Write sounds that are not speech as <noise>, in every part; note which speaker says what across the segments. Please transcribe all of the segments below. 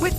Speaker 1: With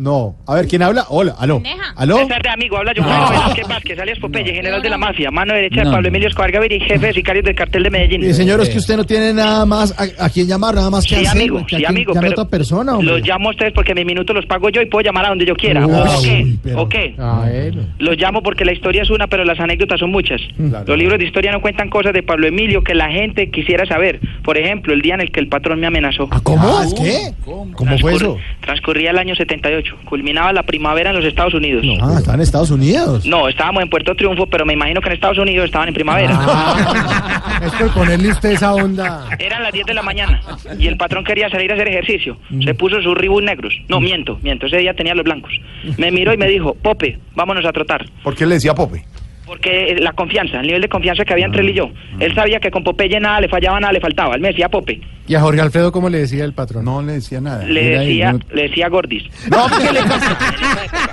Speaker 2: No. A ver, ¿quién habla? Hola, aló.
Speaker 3: Pendeja.
Speaker 2: ¿Aló?
Speaker 4: Buenas tardes, amigo. Habla yo,
Speaker 2: Ah.
Speaker 4: Juan Vázquez Vázquez, alias Popeye, general de la mafia, mano derecha
Speaker 5: No.
Speaker 4: de Pablo Emilio Escobar Gaviria y jefe de sicarios del cartel de Medellín.
Speaker 2: Eh, señor, es que usted no tiene nada más a, a quién llamar, nada más que
Speaker 4: Sí,
Speaker 2: hacer.
Speaker 4: amigo,
Speaker 2: que a
Speaker 4: sí,
Speaker 2: quién-
Speaker 4: amigo.
Speaker 2: llame a
Speaker 4: pero
Speaker 2: otra persona, hombre.
Speaker 4: Los llamo a ustedes porque mis minutos los pago yo y puedo llamar a donde yo quiera. ¿O qué?
Speaker 2: Uy, pero-
Speaker 4: ¿O qué?
Speaker 5: A ver.
Speaker 4: Los llamo porque la historia es una, pero las anécdotas son muchas.
Speaker 2: Mm.
Speaker 4: Los libros de historia no cuentan cosas de Pablo Emilio que la gente quisiera saber. Por ejemplo, el día en el que el patrón me amenazó.
Speaker 2: ¿Ah, ¿Cómo? ¿Qué?
Speaker 5: ¿Cómo?
Speaker 2: ¿Cómo fue
Speaker 4: Transcurre-
Speaker 2: eso?
Speaker 4: Transcurría el año 78. Culminaba la primavera en los Estados Unidos.
Speaker 2: Ah, está en Estados Unidos.
Speaker 4: <laughs> No, estábamos en Puerto Triunfo, pero me imagino que en Estados Unidos estaban en primavera.
Speaker 5: Ah, es por ponerle usted esa onda.
Speaker 4: Eran las 10 de la mañana y el patrón quería salir a hacer ejercicio. Se puso sus ribus negros. No, miento, miento. Ese día tenía los blancos. Me miró y me dijo, Pope, vámonos a trotar.
Speaker 6: ¿Por qué le decía Pope?
Speaker 4: Porque eh, la confianza, el nivel de confianza que había entre él y yo. Él sabía que con Popeye nada le fallaba, nada le faltaba. Él me decía Pope.
Speaker 5: ¿Y a Jorge Alfredo cómo le decía el patrón?
Speaker 6: No le decía nada.
Speaker 4: Le
Speaker 5: Mira ahí,
Speaker 4: decía, <laughs>
Speaker 5: no-
Speaker 4: le decía Gordis.
Speaker 6: No, ¿qué le pasa?
Speaker 4: En esa época.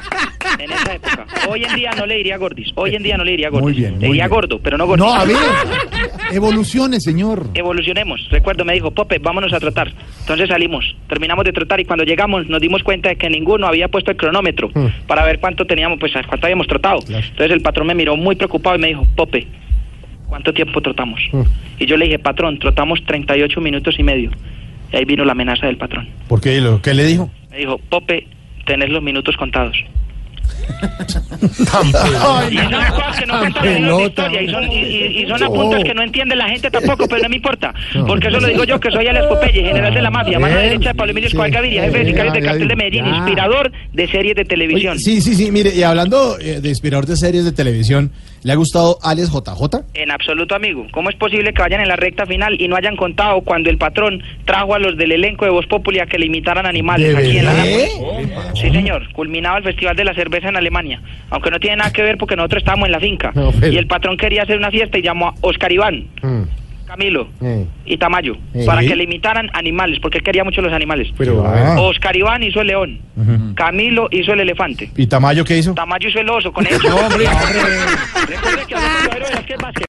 Speaker 4: En esa época. Hoy en día no le diría Gordis. Hoy en día no le diría
Speaker 6: Muy
Speaker 4: Gordis.
Speaker 6: bien, muy
Speaker 4: le diría
Speaker 6: bien.
Speaker 4: gordo, pero no Gordis.
Speaker 6: No, a ver. Evolucione, señor.
Speaker 4: evolucionemos. Recuerdo, me dijo, Pope, vámonos a trotar. Entonces salimos, terminamos de trotar y cuando llegamos nos dimos cuenta de que ninguno había puesto el cronómetro para ver cuánto teníamos, pues cuánto habíamos trotado. Entonces el patrón me miró muy preocupado y me dijo, Pope, ¿cuánto tiempo trotamos? Y yo le dije, patrón, trotamos 38 minutos y medio. Y ahí vino la amenaza del patrón.
Speaker 2: ¿Por qué? ¿Lo- ¿Qué le dijo?
Speaker 4: Me dijo, Pope, tenés los minutos
Speaker 5: <laughs>
Speaker 4: contados. Y son cosas que no
Speaker 5: Tan
Speaker 4: cuentan los libros de
Speaker 5: pelota.
Speaker 4: historia, y son, y- y- y son
Speaker 2: No.
Speaker 4: apuntes que no entiende la gente tampoco, pero no me importa. Porque eso lo digo yo, que soy Alex Popeye, general de la mafia, mano
Speaker 5: Bien,
Speaker 4: derecha de Pablo Emilio Escobar
Speaker 5: sí.
Speaker 4: Gaviria, jefe de
Speaker 5: Bien,
Speaker 4: sicarios del
Speaker 5: ya,
Speaker 4: cartel de
Speaker 5: ya.
Speaker 4: Medellín, inspirador de series de
Speaker 2: Oye,
Speaker 4: televisión.
Speaker 2: sí, sí, sí, mire, y hablando eh, de inspirador de series de televisión, ¿le ha gustado Alex JJ?
Speaker 4: En absoluto, amigo. ¿Cómo es posible que vayan en la recta final y no hayan contado cuando el patrón trajo a los del elenco de Voz Populi a que le imitaran animales
Speaker 2: ¿De
Speaker 4: aquí en la
Speaker 2: verdad?
Speaker 4: Nápoles? Sí, señor. Culminaba el Festival de la Cerveza en Alemania. Aunque no tiene nada que ver porque nosotros estábamos en la finca.
Speaker 5: No, pero-
Speaker 4: Y el patrón quería hacer una fiesta y llamó a Oscar Iván,
Speaker 5: Mm,
Speaker 4: Camilo
Speaker 5: eh,
Speaker 4: y Tamayo
Speaker 5: Sí. Pues,
Speaker 4: para que le imitaran animales, porque él quería mucho los animales.
Speaker 5: Pero,
Speaker 2: Ah.
Speaker 4: Oscar Iván hizo el león, Camilo hizo el elefante,
Speaker 2: ¿Y Tamayo qué hizo?
Speaker 5: <laughs>
Speaker 4: Tamayo hizo el oso con eso.
Speaker 5: hombre.
Speaker 4: Recuerde que hablamos de Homero Velázquez Vázquez.